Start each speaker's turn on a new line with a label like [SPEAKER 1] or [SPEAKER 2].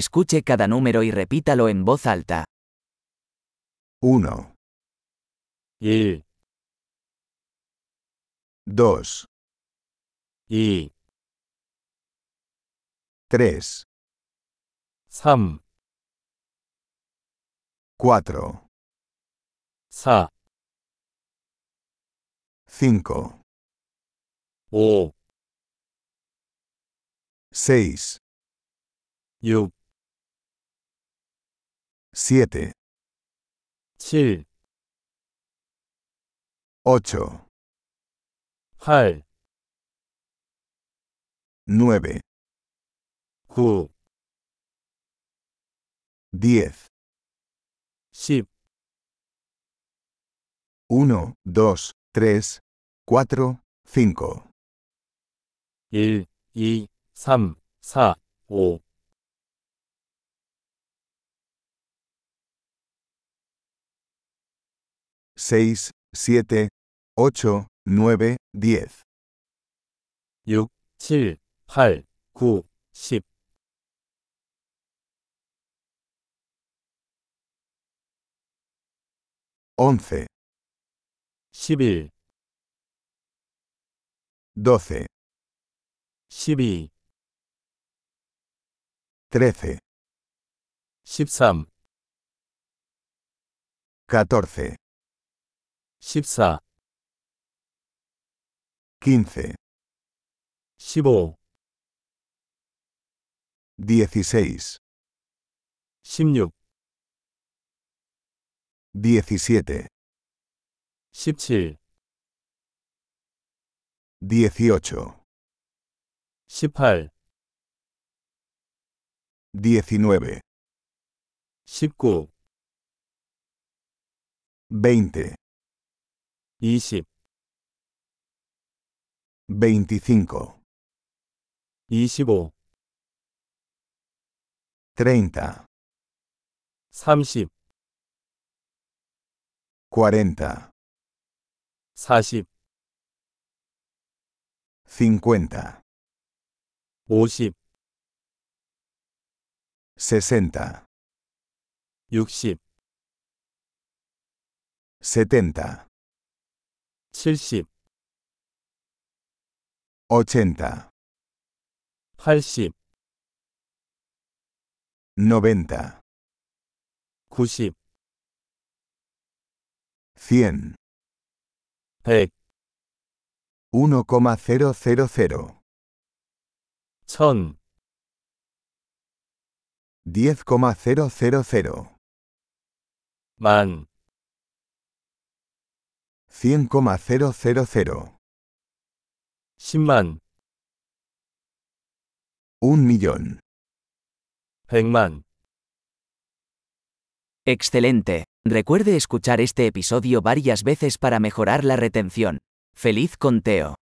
[SPEAKER 1] Escuche cada número y repítalo en voz alta.
[SPEAKER 2] 1,
[SPEAKER 3] 1,
[SPEAKER 2] 2,
[SPEAKER 3] 2,
[SPEAKER 2] 3,
[SPEAKER 3] 3,
[SPEAKER 2] 4,
[SPEAKER 3] 4,
[SPEAKER 2] 5,
[SPEAKER 3] 5,
[SPEAKER 2] 6,
[SPEAKER 3] 6,
[SPEAKER 2] 7,
[SPEAKER 3] 7,
[SPEAKER 2] 8,
[SPEAKER 3] 8,
[SPEAKER 2] 9,
[SPEAKER 3] 9,
[SPEAKER 2] 10,
[SPEAKER 3] 10,
[SPEAKER 2] 1, 2, 3, 4, 5,
[SPEAKER 3] 1, 2, 3, 4, 5,
[SPEAKER 2] 6, 7, 8, 9, 10,
[SPEAKER 3] 6, 7, 8, 9, 10,
[SPEAKER 2] 11,
[SPEAKER 3] 11,
[SPEAKER 2] 12,
[SPEAKER 3] 12,
[SPEAKER 2] 13,
[SPEAKER 3] 13,
[SPEAKER 2] 14,
[SPEAKER 3] 14,
[SPEAKER 2] 15,
[SPEAKER 3] 15,
[SPEAKER 2] 16,
[SPEAKER 3] 16,
[SPEAKER 2] 17,
[SPEAKER 3] 17,
[SPEAKER 2] 18,
[SPEAKER 3] 18,
[SPEAKER 2] 19,
[SPEAKER 3] 19,
[SPEAKER 2] 20,
[SPEAKER 3] 20,
[SPEAKER 2] 25,
[SPEAKER 3] 25,
[SPEAKER 2] 30,
[SPEAKER 3] 30,
[SPEAKER 2] 40,
[SPEAKER 3] 40,
[SPEAKER 2] 50,
[SPEAKER 3] 50,
[SPEAKER 2] 60,
[SPEAKER 3] 60,
[SPEAKER 2] 70,
[SPEAKER 3] 70,
[SPEAKER 2] 80,
[SPEAKER 3] 80,
[SPEAKER 2] 90,
[SPEAKER 3] 90,
[SPEAKER 2] 100,
[SPEAKER 3] 100,
[SPEAKER 2] 1,000,
[SPEAKER 3] 1000,
[SPEAKER 2] 10,000,
[SPEAKER 3] 만,
[SPEAKER 2] 100,000,
[SPEAKER 3] 10만,
[SPEAKER 2] 1 millón.
[SPEAKER 3] 100만.
[SPEAKER 1] Excelente. Recuerde escuchar este episodio varias veces para mejorar la retención. ¡Feliz conteo!